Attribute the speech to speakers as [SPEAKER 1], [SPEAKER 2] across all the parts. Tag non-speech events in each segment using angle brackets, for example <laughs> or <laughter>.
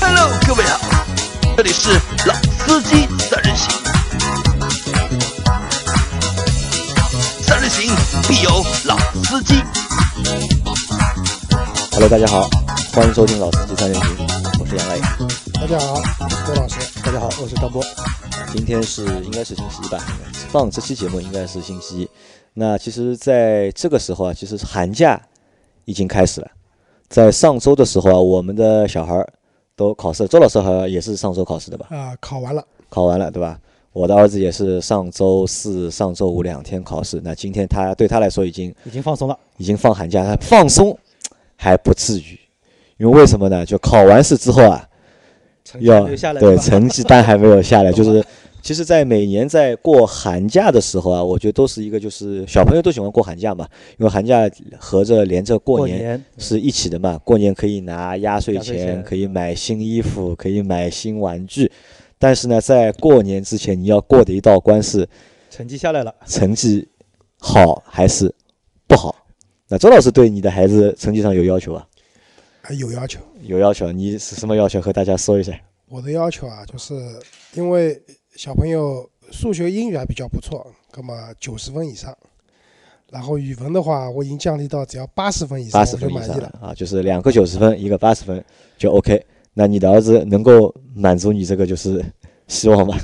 [SPEAKER 1] Hello，各位好，这里是老司机三人行，三人行必有老司机。
[SPEAKER 2] Hello，大家好，欢迎收听《老司机三人行》，我是杨磊。
[SPEAKER 3] 大家好，我是郭老师。大家好，我是张波。
[SPEAKER 2] 今天是应该是星期一吧，放这期节目应该是星期一。那其实，在这个时候啊，其实寒假已经开始了。在上周的时候啊，我们的小孩儿都考试了，周老师好像也是上周考试的吧？
[SPEAKER 3] 啊、考完了，
[SPEAKER 2] 考完了，对吧？我的儿子也是上周四、上周五两天考试，那今天他对他来说已经
[SPEAKER 4] 已经放松了，
[SPEAKER 2] 已经放寒假，他放松还不至于，因为为什么呢？就考完试之后啊，
[SPEAKER 4] 成绩
[SPEAKER 2] 要
[SPEAKER 4] 留下来
[SPEAKER 2] 对
[SPEAKER 4] 吧
[SPEAKER 2] 成绩单还没有
[SPEAKER 4] <laughs>
[SPEAKER 2] 下来，就是其实，在每年在过寒假的时候啊，我觉得都是一个就是小朋友都喜欢过寒假嘛，因为寒假合着连着过
[SPEAKER 4] 过
[SPEAKER 2] 年
[SPEAKER 4] 年
[SPEAKER 2] 是一起的嘛，过年可以拿压岁
[SPEAKER 4] 压岁
[SPEAKER 2] 钱，
[SPEAKER 4] 钱嗯
[SPEAKER 2] 可以买新衣服，可以买新玩具，但是呢，在过年之前你要过的一道关是
[SPEAKER 4] 成绩下来了，
[SPEAKER 2] 成绩好还是不好。那周老师对你的孩子成绩上有要求啊？
[SPEAKER 3] 啊，有要求。
[SPEAKER 2] 有要求，啊你是什么要求？和大家说一下。
[SPEAKER 3] 我的要求啊，就是因为小朋友数学、英语还比较不错，那么九十分以上。然后语文的话，我已经降低到只要八十分以上，
[SPEAKER 2] 八
[SPEAKER 3] 我
[SPEAKER 2] 十
[SPEAKER 3] 就
[SPEAKER 2] 分以
[SPEAKER 3] 满
[SPEAKER 2] 上
[SPEAKER 3] 意了。
[SPEAKER 2] 啊，就是两个九十分，一个八十分就 OK。那你的儿子能够满足你这个就是 <laughs> 希望吗？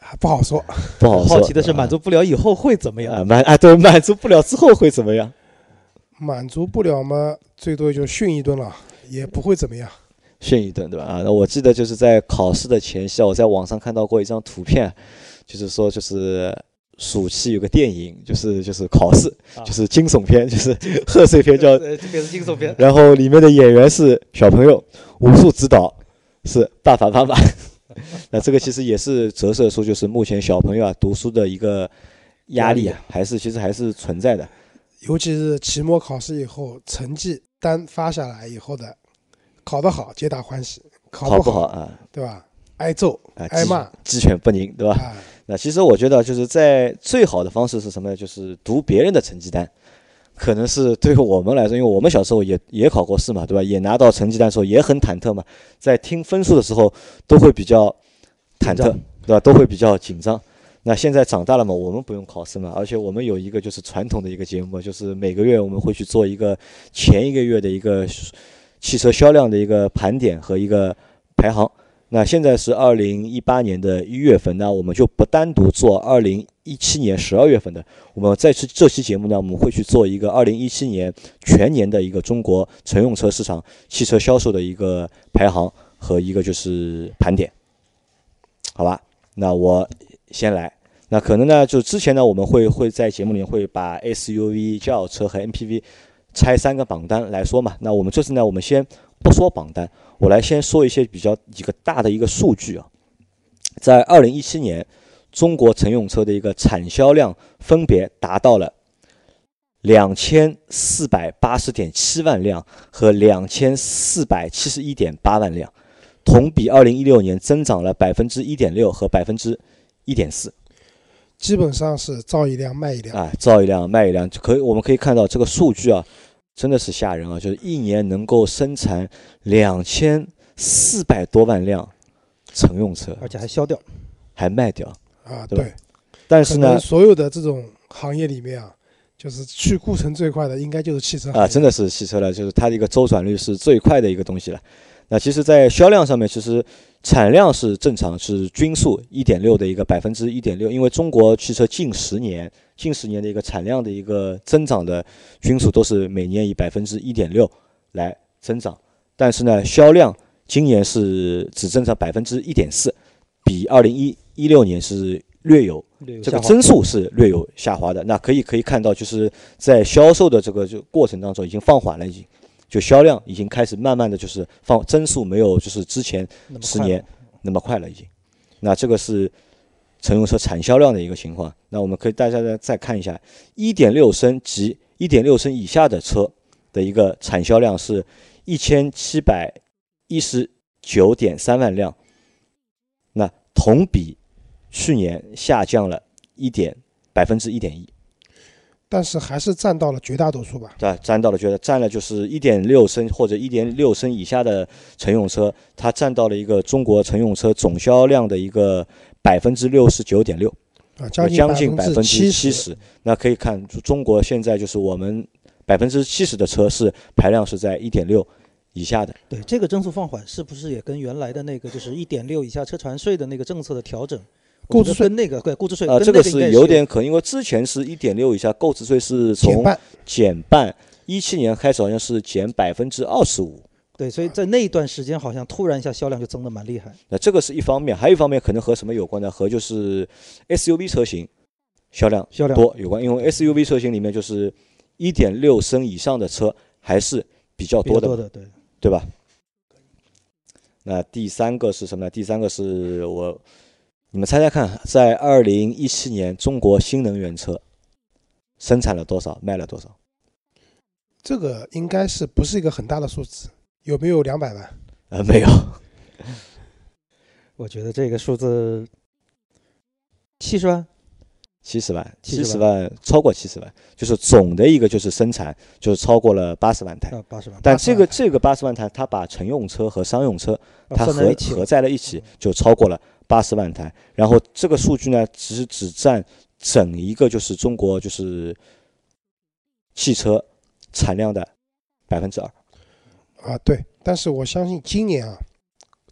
[SPEAKER 3] 还不好说，
[SPEAKER 2] 不好
[SPEAKER 4] 我
[SPEAKER 2] 说。
[SPEAKER 4] 好奇哦的是满足不了以后会怎么
[SPEAKER 2] 啊
[SPEAKER 4] 样？
[SPEAKER 2] 满啊对满足不了之后会怎么样？
[SPEAKER 3] 满足不了嘛，最多就训一顿了，也不会怎么样。
[SPEAKER 2] 训一顿，对吧？啊，那我记得就是在考试的前夕啊，我在网上看到过一张图片，就是说就是暑期有个电影，就是就是考试，<laughs>
[SPEAKER 4] 啊
[SPEAKER 2] 就是惊悚片，
[SPEAKER 4] <laughs>
[SPEAKER 2] 就是贺岁片叫，
[SPEAKER 4] 呃，这边是惊悚片，
[SPEAKER 2] 然后里面的演员是小朋友，武术指导是爸爸 <laughs> 妈妈。那这个其实也是折射出就是目前小朋友啊读书的一个压力
[SPEAKER 4] 压
[SPEAKER 2] 啊，还是其实还是存在的。
[SPEAKER 3] 尤其是期末考试以后，成绩单发下来以后的，考得好皆大欢喜，考
[SPEAKER 2] 考
[SPEAKER 3] 不
[SPEAKER 2] 不
[SPEAKER 3] 好
[SPEAKER 2] 好啊
[SPEAKER 3] 对吧？挨揍、
[SPEAKER 2] 啊，
[SPEAKER 3] 挨
[SPEAKER 2] 鸡
[SPEAKER 3] 骂
[SPEAKER 2] 鸡犬不宁，对吧？
[SPEAKER 3] 啊，
[SPEAKER 2] 那其实我觉得，就是在最好的方式是什么呢？就是读别人的成绩单，可能是对于我们来说，因为我们小时候也也考过试嘛，对吧？也拿到成绩单的时候也很忐忑嘛，在听分数的时候都会比较忐
[SPEAKER 4] 紧
[SPEAKER 2] 忑
[SPEAKER 4] 张，
[SPEAKER 2] 对吧？都会比较紧张。那现在长大了嘛，我们不用考试嘛，而且我们有一个就是传统的一个节目，就是每个月我们会去做一个前一个月的一个汽车销量的一个盘点和一个排行。那现在是二零一八年的一月份，那我们就不单独做二零一七年十二月份的，我们在这这期节目呢，我们会去做一个二零一七年全年的一个中国乘用车市场汽车销售的一个排行和一个就是盘点，好吧？那我先来。那可能呢，就之前呢，我们会会在节目里面会把 SUV、轿车和 MPV 拆三个榜单来说嘛。那我们这次呢，我们先不说榜单，我来先说一些比较几个大的一个数据啊。在二零一七年，中国乘用车的一个产销量分别达到了两千四百八十点七万辆和两千四百七十一点八万辆，同比二零一六年增长了百分之一点六和百分之一点四。
[SPEAKER 3] 基本上是造一辆卖一辆。
[SPEAKER 2] 啊，造一辆卖一辆，可以我们可以看到这个数据啊，真的是吓人啊！就是一年能够生产两千四百多万辆乘用车，
[SPEAKER 4] 而且还消掉，
[SPEAKER 2] 还卖掉。
[SPEAKER 3] 啊，
[SPEAKER 2] 对吧
[SPEAKER 3] 对，
[SPEAKER 2] 但
[SPEAKER 3] 可
[SPEAKER 2] 是
[SPEAKER 3] 能
[SPEAKER 2] 呢，
[SPEAKER 3] 所有的这种行业里面啊，就是去库存最快的应该就是汽车行
[SPEAKER 2] 啊，
[SPEAKER 3] 业
[SPEAKER 2] 真的是汽车了，就是它的一个周转率是最快的一个东西了。那其实，在销量上面，其实产量是正常是均数一点六的一个百分之一点六，因为中国汽车近十年近十年的一个产量的一个增长的均数都是每年以百分之一点六来增长，但是呢，销量今年是只增长百分之一点四，比二零一一六年是略有这个增速是略有下滑的。那可以可以看到，就是在销售的这个就过程当中已经放缓了，已经就销量已经开始慢慢的就是放增速没有就是之前
[SPEAKER 4] 那么快
[SPEAKER 2] 十年那么快了已经。那这个是乘用车产销量的一个情况。那我们可以大家再再看一下，一点六升及一点六升以下的车的一个产销量是一千七百一十九点三万辆，那同比去年下降了一点百分之一点一。
[SPEAKER 3] 但是还是占到了绝大多数吧。
[SPEAKER 2] 对吧？占啊到了，觉得占了就是一点六升或者一点六升以下的乘用车，它占到了一个中国乘用车总销量的一个百分之六十九点六，
[SPEAKER 3] 啊，
[SPEAKER 2] 将
[SPEAKER 3] 近
[SPEAKER 2] 近百分
[SPEAKER 3] 之
[SPEAKER 2] 之七
[SPEAKER 3] 七。
[SPEAKER 2] 十。那可以看出，中国现在就是我们百分之七十的车是排量是在一点六以下的。
[SPEAKER 4] 对这个增速放缓，是不是也跟原来的那个就是一点六以下车船税的那个政策的调整，我
[SPEAKER 3] 购
[SPEAKER 4] 觉
[SPEAKER 3] 置
[SPEAKER 4] 得
[SPEAKER 3] 税
[SPEAKER 4] 跟那个对购置税
[SPEAKER 2] 啊、
[SPEAKER 4] 跟
[SPEAKER 2] 这
[SPEAKER 4] 那
[SPEAKER 2] 个
[SPEAKER 4] 应该
[SPEAKER 2] 是
[SPEAKER 4] 是
[SPEAKER 2] 有点可，因为之前是一点六以下购置税是
[SPEAKER 3] 减
[SPEAKER 2] 从
[SPEAKER 3] 半，
[SPEAKER 2] 减半，一七年开始好像是减百分之二十五。
[SPEAKER 4] 对，所以在那一段时间好像突然一下销量就增得蛮厉害。
[SPEAKER 2] 那这个是一方面，还有一方面可能和什么有关呢？和就是 SUV 车型销量
[SPEAKER 4] 销量
[SPEAKER 2] 多有关，因为 SUV 车型里面就是一点六升以上的车还是比较
[SPEAKER 4] 比
[SPEAKER 2] 多
[SPEAKER 4] 较
[SPEAKER 2] 的，
[SPEAKER 4] 多的，对，
[SPEAKER 2] 对吧？那第三个是什么呢？第三个是我，你们猜猜看，在二零一七年中国新能源车生产了多少，卖了多少？
[SPEAKER 3] 这个应该是不是一个很大的数字？有没有两百万？
[SPEAKER 2] 呃，没有，
[SPEAKER 4] 我觉得这个数字七十万，
[SPEAKER 2] 七十万，七
[SPEAKER 4] 70
[SPEAKER 2] 十万超过七十万，就是总的一个就是生产就是超过了八十万台。
[SPEAKER 4] 啊，八十万，
[SPEAKER 2] 哎但
[SPEAKER 3] 80
[SPEAKER 2] 这个这个八十万台，它把乘用车和商用车
[SPEAKER 4] 啊
[SPEAKER 2] 它
[SPEAKER 4] 算在
[SPEAKER 2] 合
[SPEAKER 4] 一起
[SPEAKER 2] 合
[SPEAKER 4] 了
[SPEAKER 2] 在了一起，就超过了八十万台。然后这个数据呢，只只占整一个就是中国就是汽车产量的百分之二。
[SPEAKER 3] 啊，对。但是我相信今年啊，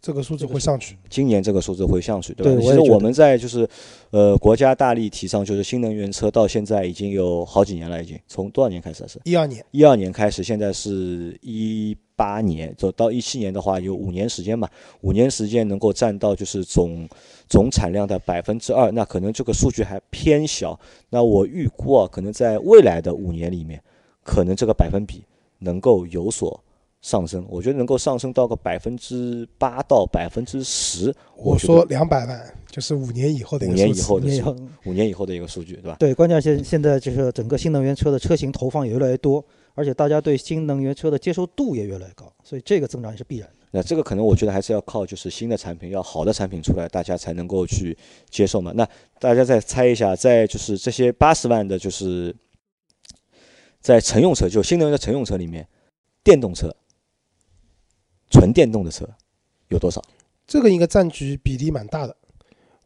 [SPEAKER 3] 这个数字
[SPEAKER 4] 这个
[SPEAKER 3] 会
[SPEAKER 4] 数
[SPEAKER 3] 上去。
[SPEAKER 2] 今年这个数字会上去，对吧？
[SPEAKER 4] 对
[SPEAKER 2] 其
[SPEAKER 4] 我也
[SPEAKER 2] 实
[SPEAKER 4] 觉
[SPEAKER 2] 我
[SPEAKER 4] 得
[SPEAKER 2] 们在就是，呃，国家大力提倡就是新能源车，到现在已经有好几年了，已经从多少年开始啊是？
[SPEAKER 3] 一二年，
[SPEAKER 2] 一二年开始，现在是一八年，走到一七年的话，有五年时间嘛，五年时间能够占到就是总总产量的百分之二，那可能这个数据还偏小。那我预估啊，可能在未来的五年里面，可能这个百分比能够有所上升，我觉得能够上升到个百分之八到百分之十。
[SPEAKER 3] 我
[SPEAKER 2] 觉得
[SPEAKER 3] 说两百万就是五年以后的一
[SPEAKER 2] 五
[SPEAKER 3] 个
[SPEAKER 2] 年
[SPEAKER 3] 数
[SPEAKER 2] 以后
[SPEAKER 3] 字。
[SPEAKER 2] 的
[SPEAKER 4] 也
[SPEAKER 2] 数，
[SPEAKER 4] 有
[SPEAKER 2] 五年以后的一个数据，对吧？
[SPEAKER 4] 对，关键现现在就是整个新能源车的车型投放也越来越多，而且大家对新能源车的接受度也越来越高，所以这个增长也是必然的。
[SPEAKER 2] 那这个可能我觉得还是要靠就是新的产品，要好的产品出来，大家才能够去接受嘛。那大家再猜一下，在就是这些八十万的，就是在乘用车，就新能源的乘用车里面，电动车、纯电动的车有多少？
[SPEAKER 3] 这个应该占据比例蛮大的，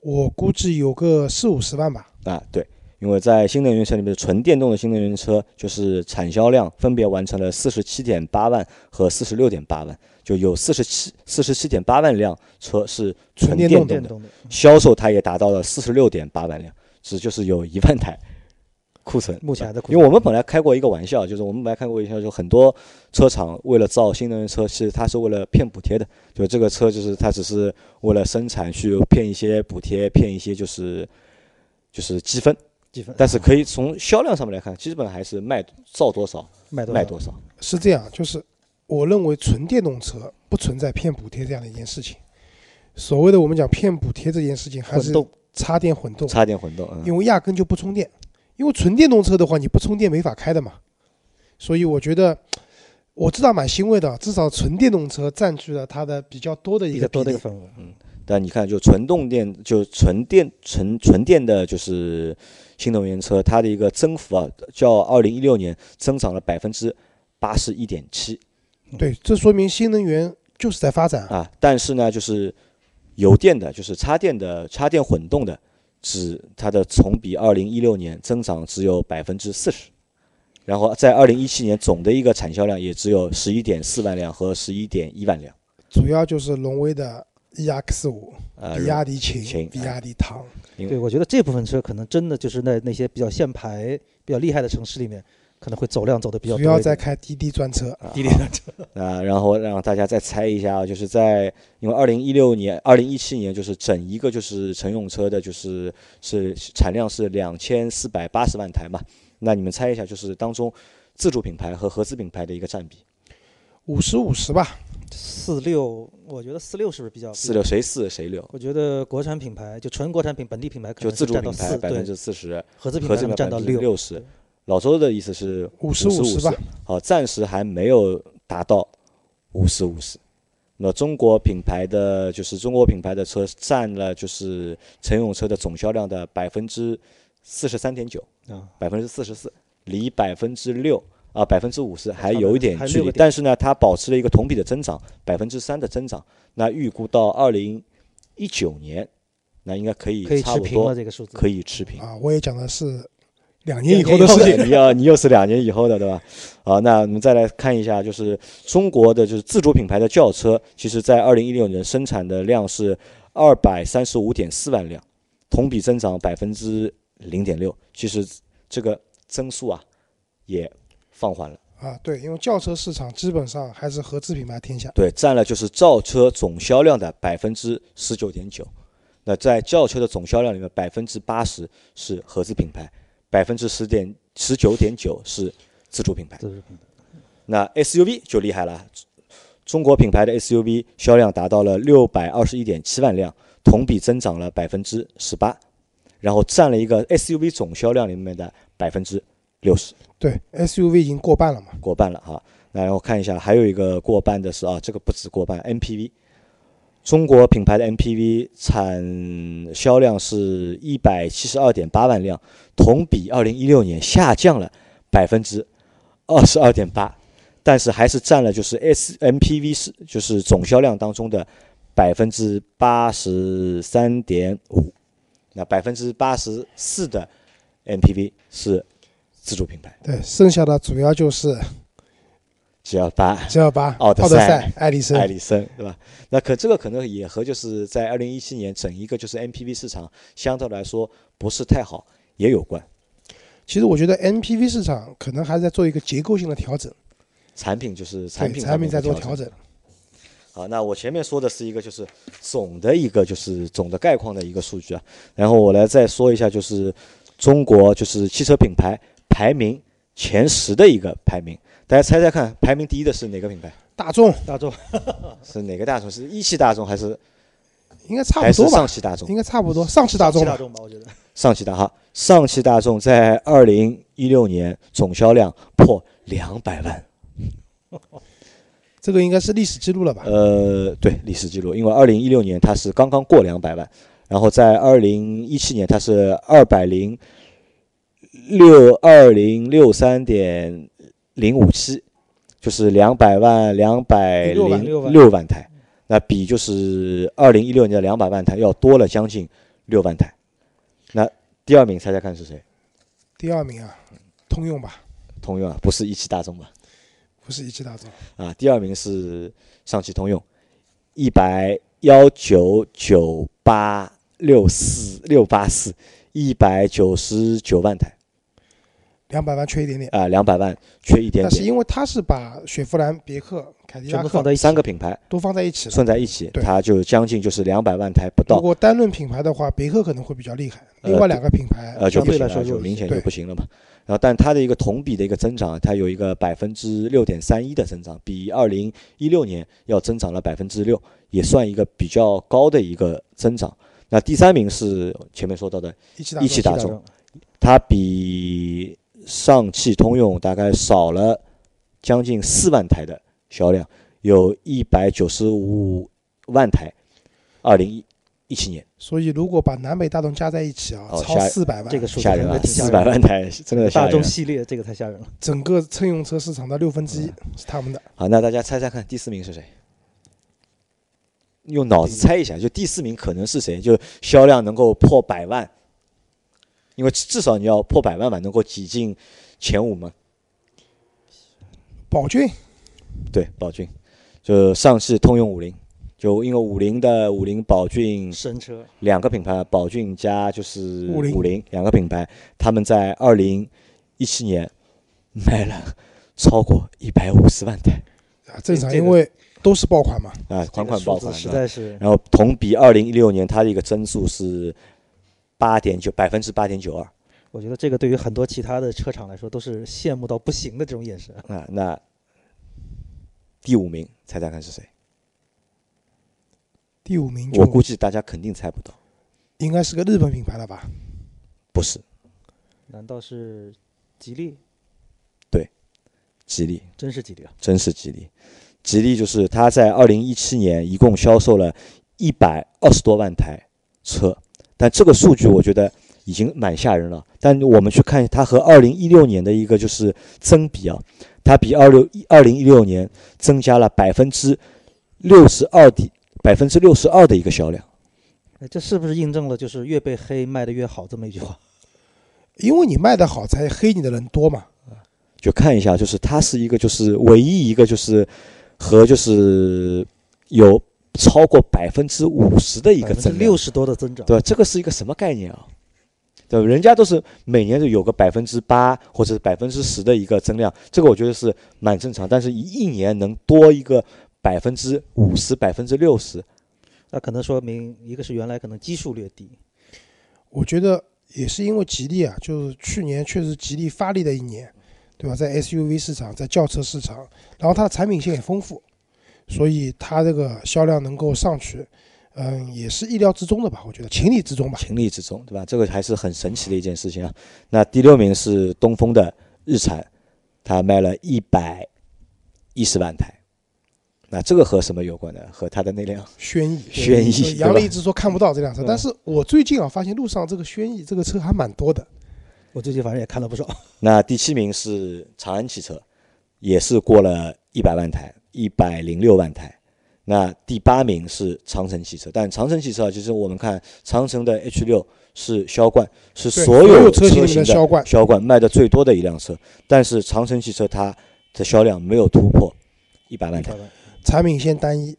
[SPEAKER 3] 我估计有个四五十万吧。
[SPEAKER 2] 啊，对，因为在新能源车里面，纯电动的新能源车就是产销量分别完成了四十七点八万和四十六点八万，就有四十七四十七点八万辆车是纯
[SPEAKER 3] 纯电
[SPEAKER 2] 电
[SPEAKER 3] 动
[SPEAKER 2] 动
[SPEAKER 3] 的
[SPEAKER 2] 的
[SPEAKER 4] 电。动的，
[SPEAKER 2] 销售它也达到了四十六点八万辆，只就是有一万台库存。啊
[SPEAKER 4] 目前还在库存
[SPEAKER 2] 因为我们本来开过一个玩笑，就是我们本来开过一个玩笑，就很多车厂为了造新能源车，其实它是为了骗补贴的，就这个车就是它只是为了生产去骗一些补贴，骗一些就是就是积分。
[SPEAKER 4] 积分，
[SPEAKER 2] 但是可以从销量上面来看，基本还是卖造多少
[SPEAKER 4] 卖多
[SPEAKER 2] 卖
[SPEAKER 4] 少
[SPEAKER 2] 多少。
[SPEAKER 3] 是这样，就是我认为纯电动车不存在骗补贴这样的一件事情。所谓的我们讲骗补贴这件事情，还
[SPEAKER 4] 混
[SPEAKER 3] 是
[SPEAKER 4] 动，
[SPEAKER 3] 插电混动，
[SPEAKER 2] 差点混动，嗯，
[SPEAKER 3] 因为压根就不充电。因为纯电动车的话，你不充电没法开的嘛。所以我觉得，我知道蛮欣慰的，至少纯电动车占据了它的比较多的一
[SPEAKER 4] 比
[SPEAKER 3] 个
[SPEAKER 4] 较
[SPEAKER 3] 比
[SPEAKER 4] 多的一
[SPEAKER 3] 例
[SPEAKER 4] 个。份额。
[SPEAKER 2] 但你看，就纯动电，就纯电、纯纯电的，就是新能源车，它的一个增幅啊，较二零一六年增长了百分之八十一点七
[SPEAKER 4] 嗯
[SPEAKER 3] 对，这说明新能源就是在发展啊。
[SPEAKER 2] 啊。但是呢，就是油电的，就是插电的、插电混动的，只它的同比二零一六年增长只有百分之四十，然后在二零一七年总的一个产销量也只有十一点四万辆和十一点一万辆。
[SPEAKER 3] 主要就是荣威的 EX 五、
[SPEAKER 2] 啊，
[SPEAKER 3] 比亚迪秦、
[SPEAKER 2] 秦
[SPEAKER 3] 比亚迪唐。
[SPEAKER 2] 因为
[SPEAKER 4] 对，我觉得这部分车可能真的就是在那些比较限牌、比较厉害的城市里面，可能会走量走的比较
[SPEAKER 3] 主
[SPEAKER 4] 多。
[SPEAKER 3] 要在开滴滴专车，
[SPEAKER 4] 滴滴的车，
[SPEAKER 2] 啊，然后让大家再猜一下啊，就是在因为二零一六年、二零一七年，就是整一个就是乘用车的，就是是产量是两千四百八十万台嘛。那你们猜一下，就是当中自主品牌和合资品牌的一个占比，
[SPEAKER 3] 五十五十吧。
[SPEAKER 4] 四六，我觉得四六是不是比较
[SPEAKER 2] 四？六谁四谁六，
[SPEAKER 4] 我觉得国产品牌就纯国产品本地品牌可
[SPEAKER 2] 就
[SPEAKER 4] 能
[SPEAKER 2] 自
[SPEAKER 4] 是
[SPEAKER 2] 主
[SPEAKER 4] 占
[SPEAKER 2] 品
[SPEAKER 4] 到
[SPEAKER 2] 牌
[SPEAKER 4] 四，
[SPEAKER 2] 百分
[SPEAKER 4] 对，
[SPEAKER 2] 之四十，
[SPEAKER 4] 合资品
[SPEAKER 2] 合
[SPEAKER 4] 牌
[SPEAKER 2] 资
[SPEAKER 4] 可
[SPEAKER 2] 品
[SPEAKER 4] 能
[SPEAKER 2] 牌
[SPEAKER 4] 占
[SPEAKER 2] 百
[SPEAKER 4] 到
[SPEAKER 2] 分之
[SPEAKER 4] 六，
[SPEAKER 2] 六十。老周的意思是
[SPEAKER 3] 五十
[SPEAKER 2] 十
[SPEAKER 3] 五
[SPEAKER 2] 十
[SPEAKER 3] 十吧，
[SPEAKER 2] 好，暂时还没有达到五十五十。那中国品牌的就是中国品牌的车占了就是乘用车的总销量的百分之四十三点九，
[SPEAKER 4] 啊，
[SPEAKER 2] 百分之四十四。离百分之六啊百分之五十还有一点
[SPEAKER 4] 还
[SPEAKER 2] 距
[SPEAKER 4] 6
[SPEAKER 2] 离
[SPEAKER 4] 个，点
[SPEAKER 2] 但是呢，它保持了一个同比的增长，百分之三的增长。那预估到二零一九年，那应该可以
[SPEAKER 4] 可以
[SPEAKER 2] 差
[SPEAKER 4] 持
[SPEAKER 2] 不
[SPEAKER 4] 平了
[SPEAKER 2] 多
[SPEAKER 4] 这个数字。
[SPEAKER 2] 可以持平。
[SPEAKER 3] 啊，我也讲的是两年以后的事
[SPEAKER 2] <laughs>
[SPEAKER 3] 情。
[SPEAKER 2] 情，你要你又是两年以后的，对吧？好，那我们再来看一下，就是中国的就是自主品牌的轿车，其实在二零一六年生产的量是二百三十五点四万辆，同比增长百分之零点六。其实这个增速啊也放缓了，
[SPEAKER 3] 啊，对，因为轿车市场基本上还是合资品牌天下。
[SPEAKER 2] 对，占了就是造车总销量的百分之十九点九。那在轿车的总销量里面，百分之八十是合资品牌，百分之十点十九点九是自主品牌。
[SPEAKER 4] 自主品牌
[SPEAKER 2] 那 SUV 就厉害了，中国品牌的 SUV 销量达到了六百二十一点七万辆，同比增长了百分之十八，然后占了一个 SUV 总销量里面的百分之六十，
[SPEAKER 3] 对，SUV 已经过半了嘛。
[SPEAKER 2] 过半了哈。那然后看一下，还有一个过半的是啊，这个不止过半，MPV，中国品牌的 MPV 产销量是一百七十二点八万辆，同比二零一六年下降了百分之二十二点八，但是还是占了就是 S MPV 是就是总销量当中的百分之八十三点五，那百分之八十四的 MPV 是自主品牌
[SPEAKER 3] 对，剩下的主要就是
[SPEAKER 2] G L 八。
[SPEAKER 3] G L 八、
[SPEAKER 2] 奥
[SPEAKER 3] 奥
[SPEAKER 2] 德
[SPEAKER 3] 德
[SPEAKER 2] 赛
[SPEAKER 3] 赛、艾力
[SPEAKER 2] 艾
[SPEAKER 3] 绅。
[SPEAKER 2] 力绅，对吧？那可这个可能也和就是在二零一七年整一个就是 MPV 市场相对来说不是太好也有关，
[SPEAKER 3] 其实我觉得 MPV 市场可能还在做一个结构性的调整，
[SPEAKER 2] 产品就是产
[SPEAKER 3] 对
[SPEAKER 2] 品
[SPEAKER 3] 产
[SPEAKER 2] 方面
[SPEAKER 3] 品在
[SPEAKER 2] 的
[SPEAKER 3] 做
[SPEAKER 2] 调
[SPEAKER 3] 调
[SPEAKER 2] 整。
[SPEAKER 3] 整。
[SPEAKER 2] 好，那我前面说的是一个就是总的一个就是总的概况的一个数据啊，然后我来再说一下就是中国就是汽车品牌排名前十的一个排名，大家猜猜看，排名第一的是哪个品牌？
[SPEAKER 3] 大众
[SPEAKER 4] 大众
[SPEAKER 2] 是哪个大众？是一汽大众还是
[SPEAKER 3] 应该差
[SPEAKER 2] 还
[SPEAKER 3] 不
[SPEAKER 2] 是
[SPEAKER 3] 多吧
[SPEAKER 2] 上，汽大众
[SPEAKER 3] 应？该差不多，上汽大众
[SPEAKER 4] 汽大
[SPEAKER 3] 吧。
[SPEAKER 4] 众吧，我觉得
[SPEAKER 2] 上汽大哈，上汽大众在二零一六年总销量破两百万，
[SPEAKER 3] 这个应该是历史记录了吧？
[SPEAKER 2] 呃，对，历史记录，因为二零一六年它是刚刚过两百万，然后在二零一七年它是二百零六二零六三点零五七，就是两百万两百零六万台，那比就是二零一六年的两百万台要多了将近六万台，那第二名猜猜看是谁？
[SPEAKER 3] 第二名啊，通用吧，
[SPEAKER 2] 通用啊，不是一汽大众吧？
[SPEAKER 3] 不是一汽大众。
[SPEAKER 2] 啊，第二名是上汽通用，一百幺九九八六四六八四，一百九十九万台
[SPEAKER 3] 两百万缺一点点，
[SPEAKER 2] 啊，两、百万缺一点
[SPEAKER 3] 但是
[SPEAKER 2] 点。
[SPEAKER 3] 因为它是把雪佛兰、别克、凯迪
[SPEAKER 4] 全
[SPEAKER 3] 拉
[SPEAKER 4] 部放
[SPEAKER 3] 克
[SPEAKER 4] 在一起。
[SPEAKER 2] 三个品牌
[SPEAKER 3] 都放在一起了。
[SPEAKER 2] 算在一起，
[SPEAKER 3] 对
[SPEAKER 2] 它就将近就是两百万台不
[SPEAKER 3] 如
[SPEAKER 2] 到，
[SPEAKER 3] 果单论品牌的话，别克可能会比较厉害，
[SPEAKER 2] 呃
[SPEAKER 3] 另外两个品牌
[SPEAKER 2] 呃，就
[SPEAKER 4] 相
[SPEAKER 2] 不
[SPEAKER 4] 对
[SPEAKER 2] 行
[SPEAKER 4] 来说
[SPEAKER 2] 了，就
[SPEAKER 4] 弱一
[SPEAKER 2] 明
[SPEAKER 4] 些
[SPEAKER 2] 显就
[SPEAKER 3] 对
[SPEAKER 2] 不行了嘛。然后，但它的一个同比的一个增长，啊它有一个百分之六点三一的增长，比二零一六年要增长了百分之六，也算一个比较高的一个增长。那第三名是前面说到的
[SPEAKER 3] 一汽大
[SPEAKER 2] 一
[SPEAKER 3] 众
[SPEAKER 2] 汽大
[SPEAKER 4] 大
[SPEAKER 2] 众，它比上汽通用大概少了将近四万台的销量，有一百九十五万台，二零一一七年
[SPEAKER 3] 所以如果把南北大众加在一起啊，
[SPEAKER 2] 哦
[SPEAKER 3] 超
[SPEAKER 2] 下
[SPEAKER 3] 四百万，
[SPEAKER 4] 这个数字
[SPEAKER 2] 吓
[SPEAKER 4] 应
[SPEAKER 2] 人
[SPEAKER 4] 该
[SPEAKER 2] 啊，
[SPEAKER 4] 挺吓
[SPEAKER 2] 四
[SPEAKER 4] 人
[SPEAKER 2] 百
[SPEAKER 4] 的。
[SPEAKER 2] 万台真的吓
[SPEAKER 4] 大
[SPEAKER 2] 人啊
[SPEAKER 4] 众。系列这个太吓人了，
[SPEAKER 3] 整个乘用车市场的六分之一
[SPEAKER 2] 嗯
[SPEAKER 3] 是他们的。
[SPEAKER 2] 好，那大家猜猜看，第四名是谁？用脑子猜一下，就第四名可能是谁？就销量能够破百万，因为至少你要破百万吧，能够挤进前五嘛。
[SPEAKER 3] 宝骏
[SPEAKER 2] 对，宝骏，就上汽通用五菱，就因为五菱的五菱宝骏
[SPEAKER 4] 神车
[SPEAKER 2] 两个品牌，宝骏加就是
[SPEAKER 3] 五菱
[SPEAKER 2] 五菱两个品牌，他们在二零一七年 <laughs> 卖了超过一百五十万台
[SPEAKER 3] 啊，正常，
[SPEAKER 4] 这个
[SPEAKER 3] 因为都是爆款嘛。
[SPEAKER 2] 啊，款款
[SPEAKER 4] 这个
[SPEAKER 2] 爆
[SPEAKER 4] 数字
[SPEAKER 2] 款
[SPEAKER 4] 实
[SPEAKER 2] 的。
[SPEAKER 4] 在是
[SPEAKER 2] 然后同比二零一六年，它的一个增速是八点九百分之八点九二
[SPEAKER 4] 我觉得这个对于很多其他的车厂来说都是羡慕到不行的这种眼神。
[SPEAKER 2] 啊。那第五名，猜猜看是谁？
[SPEAKER 3] 第五名就
[SPEAKER 2] 我估计大家肯定猜不到，
[SPEAKER 3] 应该是个日本品牌了吧？
[SPEAKER 2] 不是
[SPEAKER 4] 难道是吉利？
[SPEAKER 2] 吉利，
[SPEAKER 4] 真是吉利啊！
[SPEAKER 2] 真是吉利。吉利就是它在二零一七年一共销售了一百二十多万台车，但这个数据我觉得已经蛮吓人了。但我们去看它和二零一六年的一个就是增比啊，它比二六一二零一六年增加了百分之六十二的百分之六十二的一个销量。
[SPEAKER 4] 哎这是不是印证了就是越被黑卖得越好这么一句话？
[SPEAKER 3] 因为你卖得好，才黑你的人多嘛。
[SPEAKER 2] 就看一下，就是它是一个就是唯一一个就是和就是有超过百分之五十 <laughs> 的一
[SPEAKER 4] 百
[SPEAKER 2] 个
[SPEAKER 4] 分之
[SPEAKER 2] 增
[SPEAKER 4] 六
[SPEAKER 2] 量，
[SPEAKER 4] 十多的增长，
[SPEAKER 2] 对吧？这个是一个什么概念啊？对吧，人家都是每年都有个百分之八或者百分之十的一个增量，这个我觉得是蛮正常。但是一一年能多一个百分之五十、百分之六十，
[SPEAKER 4] 那可能说明一个是原来可能基数略低，
[SPEAKER 3] 我觉得也是因为吉利啊，就是去年确实吉利发力的一年，对吧？在 SUV 市场，在轿车市场，然后它的产品线也丰富，所以它这个销量能够上去，嗯，也是意料之中的吧？我觉得情理之中吧。
[SPEAKER 2] 情理之中，对吧？这个还是很神奇的一件事情啊。那第六名是东风的日产，它卖了一百一十万台。那这个和什么有关呢？和它的那辆
[SPEAKER 3] 轩逸，
[SPEAKER 2] 轩逸
[SPEAKER 3] 对
[SPEAKER 2] 对吧
[SPEAKER 3] 杨磊一直说看不到这辆车，
[SPEAKER 4] 嗯
[SPEAKER 3] 但是我最近啊发现路上这个轩逸这个车还蛮多的。
[SPEAKER 4] 我最近反正也
[SPEAKER 2] <laughs>
[SPEAKER 4] 看了不少。
[SPEAKER 2] 那第七名是长安汽车，也是过了一百万台，一百零六万台。那第八名是长城汽车，但长城汽车啊其实我们看长城的 H 六是销冠，是
[SPEAKER 3] 对
[SPEAKER 2] 所
[SPEAKER 3] 所有车
[SPEAKER 2] 车
[SPEAKER 3] 型里面
[SPEAKER 2] 型
[SPEAKER 3] 的销冠
[SPEAKER 2] 销冠卖的最多的一辆车。但是长城汽车它的销量没有突破一百万台，
[SPEAKER 3] 产品线单一，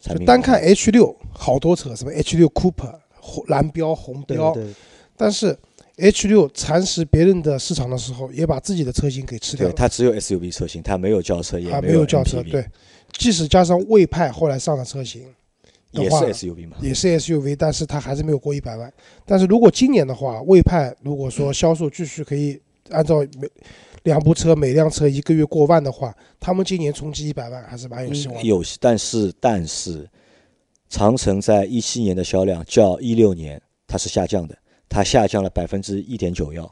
[SPEAKER 2] 产
[SPEAKER 3] 就
[SPEAKER 2] 品
[SPEAKER 3] 单看 H 六，好多车，什么 H 六 Cooper、红蓝标、红
[SPEAKER 4] 对
[SPEAKER 3] 标，
[SPEAKER 4] 对对，
[SPEAKER 3] 但是 H 六蚕食别人的市场的时候，也把自己的车型给吃掉
[SPEAKER 2] 对
[SPEAKER 3] 了，
[SPEAKER 2] 它只有 SUV 车型，它没有轿车，也
[SPEAKER 3] 啊，
[SPEAKER 2] 没
[SPEAKER 3] 没有轿车。
[SPEAKER 2] MPV
[SPEAKER 3] 对，即使加上魏派后来上的车型，
[SPEAKER 2] 也
[SPEAKER 3] 的话
[SPEAKER 2] 是 SUV 嘛。
[SPEAKER 3] 也是 SUV，但是它还是没有过一百万。但是如果今年的话，魏派如果说销售继续可以按照每两部车每辆车一个月过万的话，他们今年冲击一百万还是蛮有希望
[SPEAKER 2] 嗯
[SPEAKER 3] 的。
[SPEAKER 2] 有，但是但是，长城在一七年的销量较一六年它是下降的，它下降了百分之一点九幺，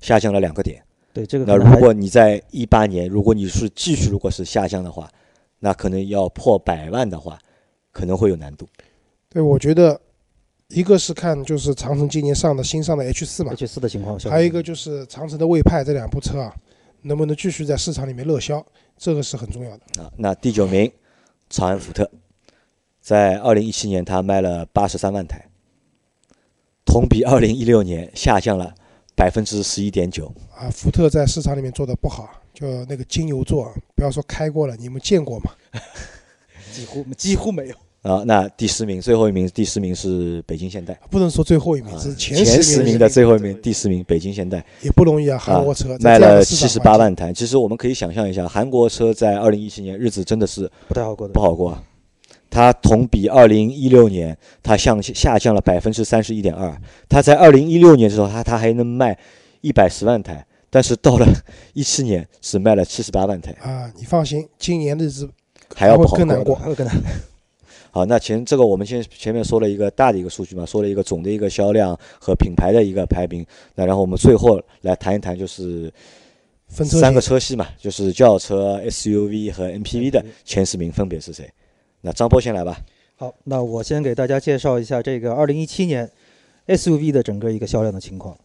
[SPEAKER 2] 下降了两个点。
[SPEAKER 4] 对这个
[SPEAKER 2] 那
[SPEAKER 4] 可能
[SPEAKER 2] 如
[SPEAKER 4] 还
[SPEAKER 2] 果你在一八年，如果你是继续如果是下降的话，那可能要破百万的话，可能会有难度。
[SPEAKER 3] 对，我觉得一个是看就是长城今年上的新上的 H 四嘛，
[SPEAKER 4] H 四的情况下，
[SPEAKER 3] 还有一个就是长城的魏派这两部车啊，能不能继续在市场里面热销，这个是很重要的。
[SPEAKER 2] 啊，那第九名，长安福特，在二零一七年它卖了八十三万台，同比二零一六年下降了百分之十一点九。
[SPEAKER 3] 啊，福特在市场里面做的不好，就那个金牛座啊，不要说开过了，你们见过吗？
[SPEAKER 4] 几乎几乎没有。
[SPEAKER 2] 啊，那第十名，最后一名，第十名是北京现代，
[SPEAKER 3] 不能说最后一名，
[SPEAKER 2] 啊，
[SPEAKER 3] 只是
[SPEAKER 2] 前
[SPEAKER 3] 十
[SPEAKER 2] 名的最后一名，第十名北京现代
[SPEAKER 3] 也不容易啊。
[SPEAKER 2] 啊
[SPEAKER 3] 韩国车、在
[SPEAKER 2] 卖
[SPEAKER 3] 这样
[SPEAKER 2] 了
[SPEAKER 3] 的市
[SPEAKER 2] 七
[SPEAKER 3] 场
[SPEAKER 2] 十八
[SPEAKER 3] 环
[SPEAKER 2] 万台。其实我们可以想象一下，韩国车在二零一七年日子真的是
[SPEAKER 4] 不太好过的。
[SPEAKER 2] 不好过啊。它同比二零一六年，它向下降了百分之三十一点二。它在二零一六年的时候，它它还能卖一百十万台，但是到了一七年只卖了七十八万台，
[SPEAKER 3] 境啊，你放心，今年日子
[SPEAKER 2] 还要
[SPEAKER 3] 会
[SPEAKER 2] 不好
[SPEAKER 3] 更
[SPEAKER 2] 过
[SPEAKER 3] 难过
[SPEAKER 2] 的。
[SPEAKER 4] 还有个呢，
[SPEAKER 2] 好，那前这个我们先前面说了一个大的一个数据嘛，说了一个总的一个销量和品牌的一个排名。那然后我们最后来谈一谈，就是
[SPEAKER 3] 分车
[SPEAKER 2] 三个
[SPEAKER 3] 型
[SPEAKER 2] 车系嘛，就是轿车、SUV 和 MPV 的前十名分别是谁？那张波先来吧。
[SPEAKER 4] 好，那我先给大家介绍一下这个二零一七年 SUV 的整个一个销量的情况。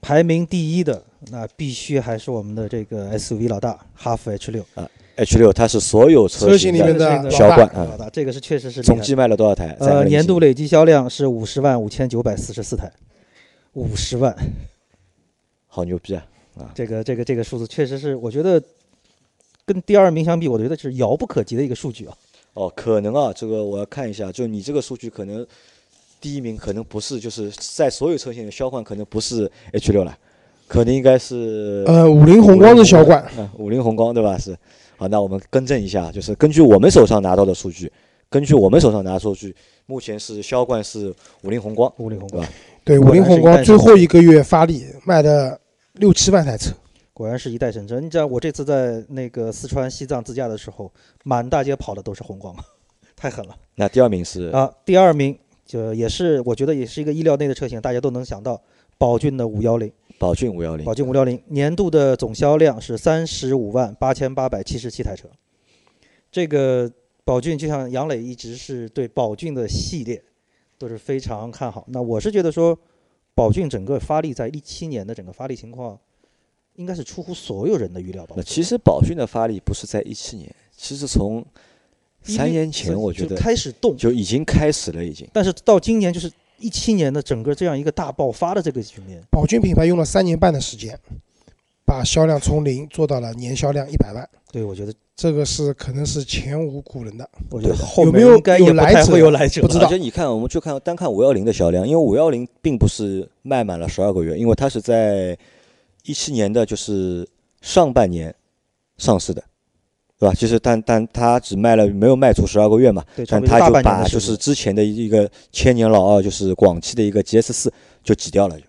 [SPEAKER 4] 排名第一的那必须还是我们的这个 SUV 老大哈弗 H 六
[SPEAKER 2] H 六它是所有车
[SPEAKER 3] 车型
[SPEAKER 2] 型
[SPEAKER 3] 里
[SPEAKER 2] 的
[SPEAKER 3] 面的
[SPEAKER 4] 车型
[SPEAKER 2] 销
[SPEAKER 3] 老
[SPEAKER 2] 冠
[SPEAKER 3] 大，
[SPEAKER 2] 啊
[SPEAKER 4] 老，大，这个是确实是厉害
[SPEAKER 2] 总
[SPEAKER 4] 的
[SPEAKER 2] 计卖了多少台？在
[SPEAKER 4] 呃，
[SPEAKER 2] 2017
[SPEAKER 4] 年度累计销量是五十万五千九百四十四台，五十万，
[SPEAKER 2] 好牛逼啊！
[SPEAKER 4] 这个这个这个数字确实是，我觉得跟第二名相比，我觉得是遥不可及的一个数据啊。
[SPEAKER 2] 哦，可能啊，这个我要看一下，就你这个数据可能第一名可能不是，就是在所有车型里销冠可能不是 H 六了，可能应该是
[SPEAKER 3] 呃，五菱宏光是销冠，
[SPEAKER 2] 嗯， <laughs> 五菱宏光对吧？是，好，那我们更正一下，就是根据我们手上拿到的数据，根据我们手上拿的数据，目前是销冠是五菱宏光，
[SPEAKER 4] 五菱宏
[SPEAKER 2] 对
[SPEAKER 4] 光
[SPEAKER 2] 吧
[SPEAKER 3] 对，
[SPEAKER 4] 果
[SPEAKER 3] 五
[SPEAKER 4] 然
[SPEAKER 3] 菱
[SPEAKER 4] 是
[SPEAKER 3] 宏
[SPEAKER 4] 一
[SPEAKER 3] 光
[SPEAKER 4] 代
[SPEAKER 3] 最
[SPEAKER 4] 车
[SPEAKER 3] 后一个月发力卖了六七万台车，
[SPEAKER 4] 果然是一代神车。你知道我这次在那个四川、西藏自驾的时候，满大街跑的都是宏光， <laughs> 太狠了
[SPEAKER 2] 那第二名是
[SPEAKER 4] 啊！第二名就也是我觉得也是一个意料内的车型，大家都能想到，宝骏的五幺零，
[SPEAKER 2] 宝骏五幺零
[SPEAKER 4] 宝，骏五幺零年度的总销量是三十五万八千八百七十七台车。这个宝骏就像杨磊一直是对宝骏的系列都是非常看好。那我是觉得说，宝骏整个发力在一七年的整个发力情况，应该是出乎所有人的预料吧
[SPEAKER 2] 那？其实宝骏的发力不是在一七年，其实从三年前我觉
[SPEAKER 4] 就
[SPEAKER 2] 得
[SPEAKER 4] 开始动，
[SPEAKER 2] 就已经开始了，已经。
[SPEAKER 4] 但是到今年就是一七年的整个这样一个大爆发的这个局面，
[SPEAKER 3] 宝骏品牌用了三年半的时间，把销量从零做到了年销量一百万，
[SPEAKER 4] 对我觉得，
[SPEAKER 3] 这个是可能是前无古人的。
[SPEAKER 4] 我觉得
[SPEAKER 2] 对
[SPEAKER 4] 后
[SPEAKER 3] 有
[SPEAKER 4] 面
[SPEAKER 3] 没有
[SPEAKER 4] 应该也
[SPEAKER 3] 有
[SPEAKER 4] 不
[SPEAKER 3] 来
[SPEAKER 4] 太
[SPEAKER 3] 者
[SPEAKER 4] 会有来者
[SPEAKER 3] 不知
[SPEAKER 4] 了。
[SPEAKER 3] 道
[SPEAKER 2] 而且你看，我们就看单看五幺零的销量，因为五幺零并不是卖满了十二个月，因为它是在一七年的就是上半年上市的，对吧？就是但但它只卖了没有卖出十二个月嘛，
[SPEAKER 4] 对，差
[SPEAKER 2] 但
[SPEAKER 4] 不多
[SPEAKER 2] 它
[SPEAKER 4] 大
[SPEAKER 2] 就
[SPEAKER 4] 半年
[SPEAKER 2] 把
[SPEAKER 4] 的时
[SPEAKER 2] 就
[SPEAKER 4] 间
[SPEAKER 2] 是之前的一个千年老二就是广汽的一个 GS 四就挤掉了，就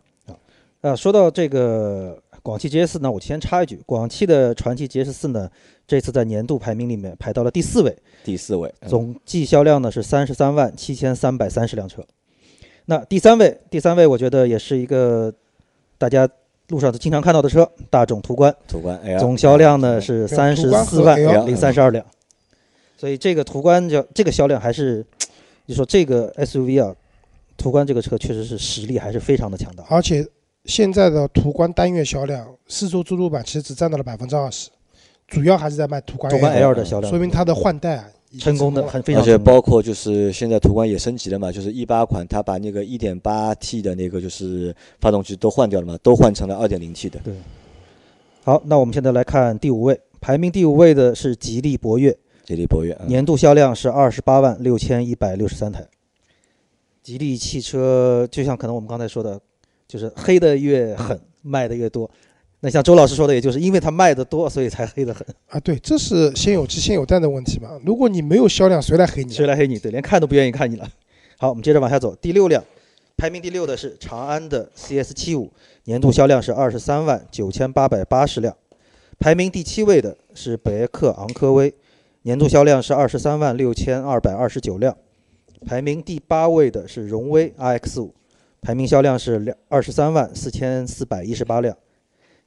[SPEAKER 4] 呃，说到这个广汽 GS 呢，我先插一句，广汽的传祺 GS 四呢，这次在年度排名里面排到了第四位，
[SPEAKER 2] 第四位。
[SPEAKER 3] 嗯
[SPEAKER 2] 嗯
[SPEAKER 4] 总计销量呢是三十三万七千三百三十辆车。那第三位，第三位我觉得也是一个大家路上都经常看到的车，大众途观，
[SPEAKER 2] 途观哎
[SPEAKER 3] 哎
[SPEAKER 2] 嗯 L
[SPEAKER 4] 总销量呢是
[SPEAKER 3] 途
[SPEAKER 4] 三十
[SPEAKER 3] 观哎
[SPEAKER 4] 四
[SPEAKER 3] 和
[SPEAKER 4] 万
[SPEAKER 3] L
[SPEAKER 4] 零三十二辆，所以这个途观就这个销量还是，你说这个 SUV 啊，途观这个车确实是实力还是非常的强大。
[SPEAKER 3] 而且现在的途观单月销量，四座自主版其实只占到了百分之二十，主要还是在卖途观
[SPEAKER 4] 途观
[SPEAKER 3] L，
[SPEAKER 4] L 的销
[SPEAKER 3] 哎
[SPEAKER 4] 量
[SPEAKER 3] 说明它的换代啊已经
[SPEAKER 4] 成功的
[SPEAKER 3] 了
[SPEAKER 4] 很非
[SPEAKER 2] 而
[SPEAKER 4] 常
[SPEAKER 2] 且
[SPEAKER 4] 成功。
[SPEAKER 2] 包括就是现在途观也升级了嘛，就是一八款它把那个一点八 T 的那个就是发动机都换掉了嘛，都换成了二点零 T 的。
[SPEAKER 4] 好，那我们现在来看第五位，排名第五位的是吉利博越，
[SPEAKER 2] 吉利博越啊，
[SPEAKER 4] 年度销量是二十八万六千一百六十三台。吉利汽车就像可能我们刚才说的，就是黑的越狠，卖的越多。那像周老师说的，也就是因为它卖的多，所以才黑的很，
[SPEAKER 3] 啊，对，这是先有鸡先有蛋的问题嘛。如果你没有销量，谁来黑你啊？
[SPEAKER 4] 谁来黑你？对，连看都不愿意看你了。好，我们接着往下走，第六辆，排名第六的是长安的 CS 七五，年度销量是二十三万九千八百八十辆。排名第七位的是别克昂科威，年度销量是二十三万六千二百二十九辆。排名第八位的是荣威 RX 五，排名销量是两二十三万四千四百一十八辆。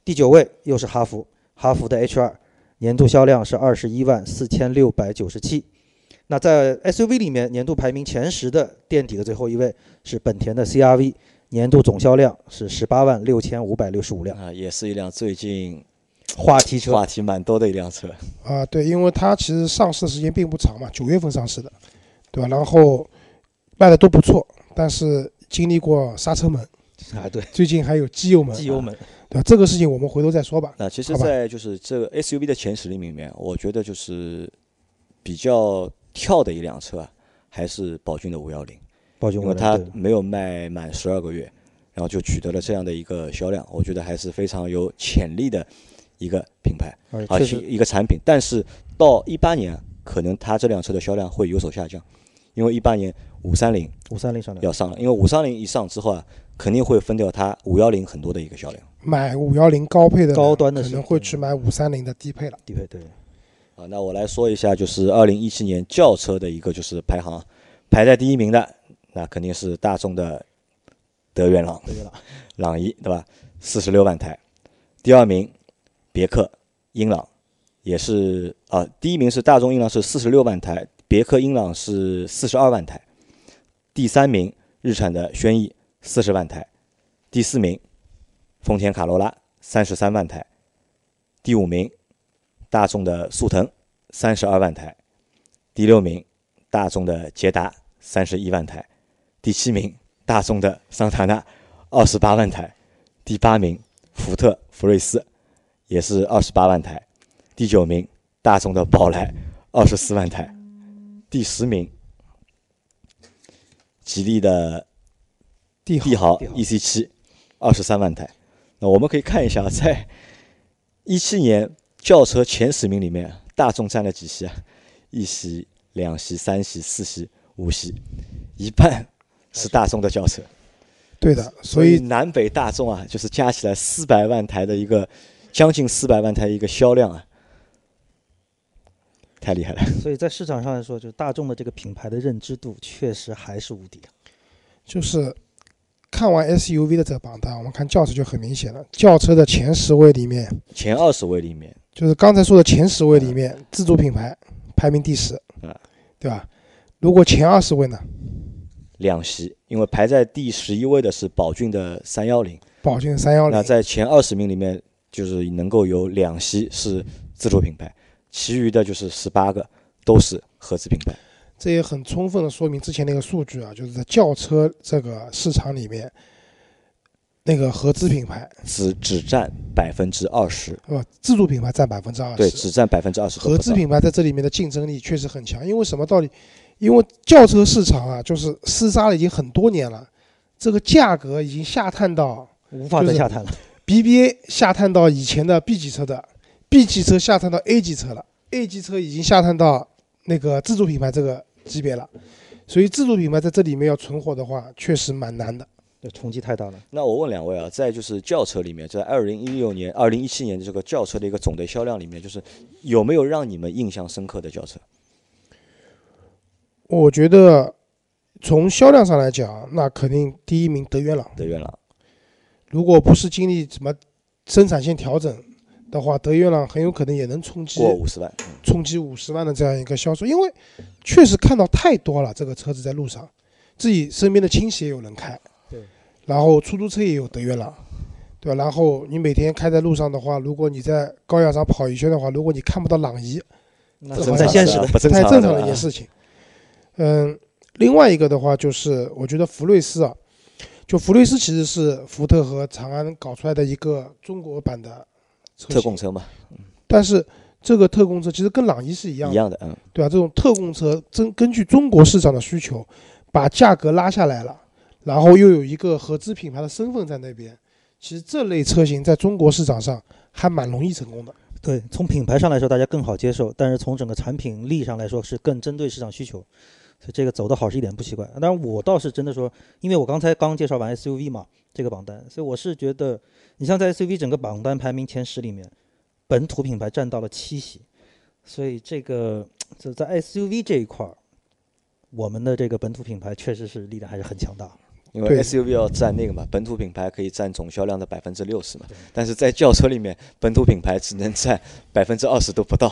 [SPEAKER 4] 第九位又是哈弗，哈弗的 H 二年度销量是二十一万四千六百九十七。那在 SUV 里面，年度排名前十的垫底的最后一位是本田的 CRV，年度总销量是十八万六千五百六十五辆。
[SPEAKER 2] 啊，也是一辆最近
[SPEAKER 4] 话题车，
[SPEAKER 2] 话题蛮多的一辆车。
[SPEAKER 3] 啊，对，因为它其实上市的时间并不长嘛，九月份上市的，对吧？然后卖的都不错，但是经历过刹车门，
[SPEAKER 2] 哎
[SPEAKER 4] 啊， <laughs> 对，
[SPEAKER 3] 最近还有机油门，啊
[SPEAKER 4] 机油 <laughs> 门，
[SPEAKER 3] 对吧？这个事情我们回头再说吧。
[SPEAKER 2] 那其实，
[SPEAKER 3] 好吧
[SPEAKER 2] 在就是这个 SUV 的前十里面，我觉得就是比较跳的一辆车啊，还是宝骏的五幺零，
[SPEAKER 4] 暴君
[SPEAKER 2] 因为它没有卖满十二个月，然后就取得了这样的一个销量，我觉得还是非常有潜力的一个品牌。
[SPEAKER 4] 而
[SPEAKER 2] 啊，
[SPEAKER 4] 确
[SPEAKER 2] 是
[SPEAKER 4] 实
[SPEAKER 2] 一个产品。但是到一八年，可能它这辆车的销量会有所下降，因为一八年五三零
[SPEAKER 4] 五三零上来，
[SPEAKER 2] 要上了，因为五三零一上之后啊，肯定会分掉它五幺零很多的一个销量
[SPEAKER 3] 买五幺零高配的人，
[SPEAKER 4] 高端的
[SPEAKER 3] 可
[SPEAKER 4] 是
[SPEAKER 3] 能会去买五三零的低配了。
[SPEAKER 4] 对对对，
[SPEAKER 2] 啊。那我来说一下，就是二零一七年轿车的一个就是排行啊，排在第一名的那肯定是大众的德源朗
[SPEAKER 4] 对了，
[SPEAKER 2] 朗逸，对吧？四十六万台，第二名别克英朗，也是啊，第一名是大众英朗是四十六万台，别克英朗是四十二万台，第三名日产的轩逸四十万台，第四名丰田卡罗拉三十三万台，第五名大众的速腾三十二万台，第六名大众的捷达三十一万台，第七名大众的桑塔纳二十八万台，第八名福特福睿斯也是二十八万台，第九名大众的宝来二十四万台，第十名吉利的
[SPEAKER 3] 帝
[SPEAKER 2] 帝
[SPEAKER 3] 豪
[SPEAKER 2] 豪
[SPEAKER 4] 帝豪
[SPEAKER 2] EC 七二十三万台。那我们可以看一下，在一七年轿车前十名里面，大众占了几席啊？一席、两席、三席、四席、五席，一半是大众的轿车。
[SPEAKER 3] 对的，所
[SPEAKER 2] 所以
[SPEAKER 3] 以
[SPEAKER 2] 南北大众啊，就是加起来四百万台的一个，将近四百万台的一个销量啊，太厉害了。
[SPEAKER 4] 所以在市场上来说，就是大众的这个品牌的认知度确实还是无敌的。
[SPEAKER 3] 就是看完 SUV 的这个榜单，我们看轿车就很明显了。轿车的前十位里面，
[SPEAKER 2] 前二十位里面，
[SPEAKER 3] 就是刚才说的前十位里面，
[SPEAKER 2] 嗯
[SPEAKER 3] 自主品牌排名第十
[SPEAKER 2] 啊，
[SPEAKER 3] 对吧？如果前二十位呢？
[SPEAKER 2] 两席因为排在第十一位的是宝骏的三幺零，
[SPEAKER 3] 宝骏三幺
[SPEAKER 2] 那
[SPEAKER 3] 零，
[SPEAKER 2] 在前二十名里面，就是能够有两席是自主品牌，其余的就是十八个都是合资品牌。
[SPEAKER 3] 这也很充分的说明之前那个数据啊，就是在轿车这个市场里面，那个合资品牌
[SPEAKER 2] 只只占百分之二十，
[SPEAKER 3] 是吧？自主品牌占百分之二
[SPEAKER 2] 对，
[SPEAKER 3] 十，
[SPEAKER 2] 只占百分之二十。
[SPEAKER 3] 啊合资品牌在这里面的竞争力确实很强。因为什么道理？因为轿车市场啊，就是厮杀了已经很多年了，这个价格已经下探到
[SPEAKER 4] 无法再下探了。 <laughs>
[SPEAKER 3] BBA 下探到以前的 B 级车的，B 级车下探到 A 级车了，A 级车已经下探到那个自主品牌这个级别了，所以自主品牌在这里面要存活的话，确实蛮难的。
[SPEAKER 4] 这冲击太大了。
[SPEAKER 2] 那我问两位啊，在就是轿车里面，在二零一六年、二零一七年的这个轿车的一个总的销量里面，就是有没有让你们印象深刻的轿车？
[SPEAKER 3] 我觉得从销量上来讲，那肯定第一名德元朗，
[SPEAKER 2] 德元朗，
[SPEAKER 3] 如果不是经历什么生产线调整的话，德元朗很有可能也能冲击
[SPEAKER 2] 过五十万，嗯
[SPEAKER 3] 冲击五十万的这样一个销售，因为确实看到太多了，这个车子在路上，自己身边的亲戚也有人开，
[SPEAKER 4] 对，
[SPEAKER 3] 然后出租车也有德元朗，对吧？然后你每天开在路上的话，如果你在高架上跑一圈的话，如果你看不到朗逸，
[SPEAKER 4] 那
[SPEAKER 3] 不
[SPEAKER 4] 是
[SPEAKER 3] 正
[SPEAKER 4] 在
[SPEAKER 3] 常
[SPEAKER 4] 现
[SPEAKER 2] 的哎
[SPEAKER 4] 实的
[SPEAKER 2] 不正
[SPEAKER 3] 太
[SPEAKER 2] 常
[SPEAKER 3] 正常的一
[SPEAKER 2] 也
[SPEAKER 3] 件
[SPEAKER 2] 是。
[SPEAKER 3] 事情。嗯，另外一个的话就是，我觉得福睿斯啊，就福睿斯其实是福特和长安搞出来的一个中国版的车
[SPEAKER 2] 特
[SPEAKER 3] 型
[SPEAKER 2] 供车嘛，
[SPEAKER 3] 但是这个特供车其实跟朗逸是一样
[SPEAKER 2] 一
[SPEAKER 3] 的。
[SPEAKER 2] 样的，嗯，
[SPEAKER 3] 对吧、这种特供车根根据中国市场的需求，把价格拉下来了，然后又有一个合资品牌的身份在那边，其实这类车型在中国市场上还蛮容易成功的。
[SPEAKER 4] 对，从品牌上来说，大家更好接受，但是从整个产品力上来说，是更针对市场需求，所以这个走的好是一点不奇怪。当然，我倒是真的说，因为我刚才刚介绍完 SUV 嘛，这个榜单，所以我是觉得，你像在 SUV 整个榜单排名前十里面，本土品牌占到了七席，所以这个就在 SUV 这一块儿，我们的这个本土品牌确实是力量还是很强大。
[SPEAKER 2] 因为
[SPEAKER 3] 对
[SPEAKER 2] SUV 要占那个嘛，本土品牌可以占总销量的百分之六十嘛，但是在轿车里面，本土品牌只能
[SPEAKER 3] <laughs>
[SPEAKER 2] 占百分之二十都不到，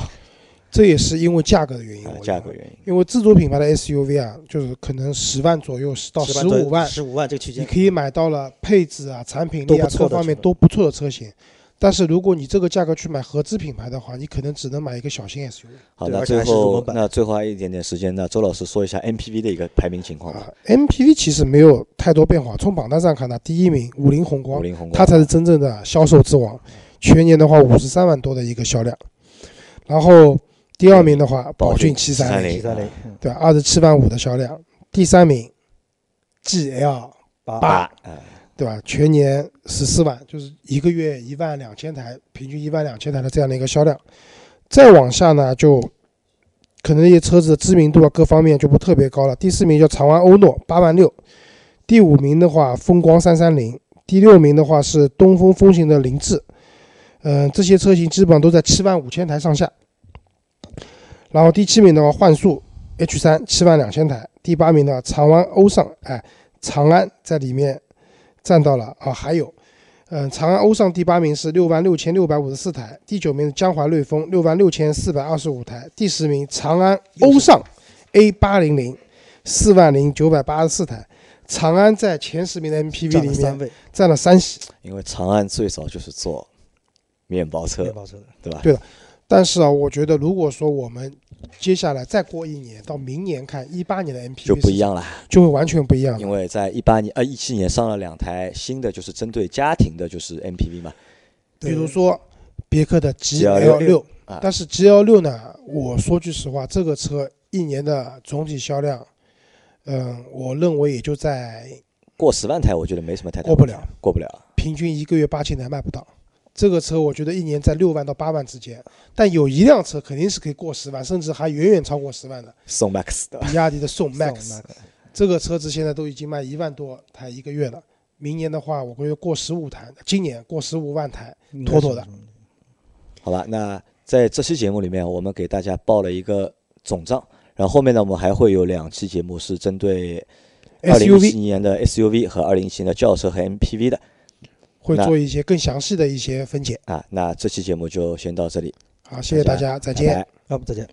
[SPEAKER 3] 这也是因为价格的原因，
[SPEAKER 2] 啊
[SPEAKER 3] 我，
[SPEAKER 2] 价
[SPEAKER 3] 觉
[SPEAKER 2] 格
[SPEAKER 3] 得。
[SPEAKER 2] 原因。
[SPEAKER 3] 因为自主品牌的 SUV 啊，就是可能十万左右到十五万，
[SPEAKER 4] 十五万这个区
[SPEAKER 3] 你
[SPEAKER 4] 间，
[SPEAKER 3] 可以买到了配置啊、产品力
[SPEAKER 4] 都
[SPEAKER 3] 啊
[SPEAKER 4] 不错
[SPEAKER 3] 各
[SPEAKER 4] 的
[SPEAKER 3] 方面
[SPEAKER 4] 车
[SPEAKER 3] 都不错的车型。但是如果你这个价格去买合资品牌的话，你可能只能买一个小型 SUV。
[SPEAKER 2] 好，
[SPEAKER 4] 对
[SPEAKER 2] 那
[SPEAKER 4] 而且
[SPEAKER 2] 最
[SPEAKER 4] 还是入
[SPEAKER 2] 后
[SPEAKER 4] 门版
[SPEAKER 2] 那最后还有一点点时间，那周老师说一下 MPV 的一个排名情况吧。
[SPEAKER 3] 啊，MPV 其实没有太多变化。从榜单上看呢，第一名五菱宏
[SPEAKER 2] 五
[SPEAKER 3] 光，
[SPEAKER 2] 菱宏光，
[SPEAKER 3] 它才是真正的销售之王。全年的话，五十三万多的一个销量。然后第二名的话，
[SPEAKER 2] 宝
[SPEAKER 3] 宝
[SPEAKER 2] 骏
[SPEAKER 3] 骏七三
[SPEAKER 2] 730
[SPEAKER 3] 零，
[SPEAKER 4] 皮萨雷，嗯，
[SPEAKER 3] 对，二十七万五的销量。第三名，GL，
[SPEAKER 4] 八
[SPEAKER 3] 八
[SPEAKER 2] 啊，哎
[SPEAKER 3] 对吧？全年十四万，就是一个月一万两千台，平均一万两千台的这样的一个销量。再往下呢，就可能一些车子的知名度啊，各方面就不特别高了。第四名叫长安欧诺，八万六；第五名的话，风光三三零；第六名的话是东风风行的凌志。嗯、这些车型基本上都在七万五千台上下。然后第七名的话，幻速 H 三七万两千台；第八名的话长安欧尚，哎，长安在里面占到了啊，还有。嗯，长安欧尚第八名是六万六千六百五十四台，第九名是江淮瑞风六万六千四百二十五台，第十名长安欧尚 A 八零零四万零九百八十四台。长安在前十名的 MPV
[SPEAKER 4] 占
[SPEAKER 3] 里
[SPEAKER 4] 了三
[SPEAKER 3] 面
[SPEAKER 4] 位
[SPEAKER 3] 占了三席，
[SPEAKER 2] 因为长安最早就是做面包车
[SPEAKER 4] 面，包车的，
[SPEAKER 2] 对吧？
[SPEAKER 3] 对但是啊，我觉得如果说我们接下来再过一年到明年看一八年的 MPV
[SPEAKER 2] 就不一
[SPEAKER 3] 市
[SPEAKER 2] 样了，
[SPEAKER 3] 场，就会完全不一样了。
[SPEAKER 2] 因为在一八年、呃一七年上了两台新的，就是针对家庭的，就是 MPV 嘛。
[SPEAKER 3] 比如说别克的
[SPEAKER 2] GL6
[SPEAKER 3] GL 六
[SPEAKER 2] 啊，
[SPEAKER 3] 但是 GL 六呢，我说句实话，这个车一年的总体销量，嗯，我认为也就在
[SPEAKER 2] 过十万台，我觉得没什么太大
[SPEAKER 3] 过不了，
[SPEAKER 2] 过不了。
[SPEAKER 3] 平均一个月八千台卖不到。这个车我觉得一年在六万到八万之间，但有一辆车肯定是可以过十万，甚至还远远超过十万的，
[SPEAKER 2] 宋 MAX 的，
[SPEAKER 3] 比亚迪的宋
[SPEAKER 4] 送
[SPEAKER 3] MAX。
[SPEAKER 4] Max
[SPEAKER 3] 这个车子现在都已经卖一万多台一个月了，明年的话，我估计过十五台，今年过十五万台，
[SPEAKER 4] 应该
[SPEAKER 3] 妥妥的
[SPEAKER 4] 是。
[SPEAKER 2] 好吧？那在这期节目里面，我们给大家报了一个总账，然后后面呢，我们还会有两期节目是针对二零一
[SPEAKER 3] SUV
[SPEAKER 2] 七年的 SUV 和二零一七年的轿车和 MPV 的
[SPEAKER 3] 会
[SPEAKER 2] 那
[SPEAKER 3] 做一些更详细的一些分解。
[SPEAKER 2] 啊。那这期节目就先到这里，
[SPEAKER 3] 好，谢谢大
[SPEAKER 2] 大
[SPEAKER 3] 家，再
[SPEAKER 2] 再
[SPEAKER 3] 见
[SPEAKER 2] 见。。
[SPEAKER 4] 啊要不再见。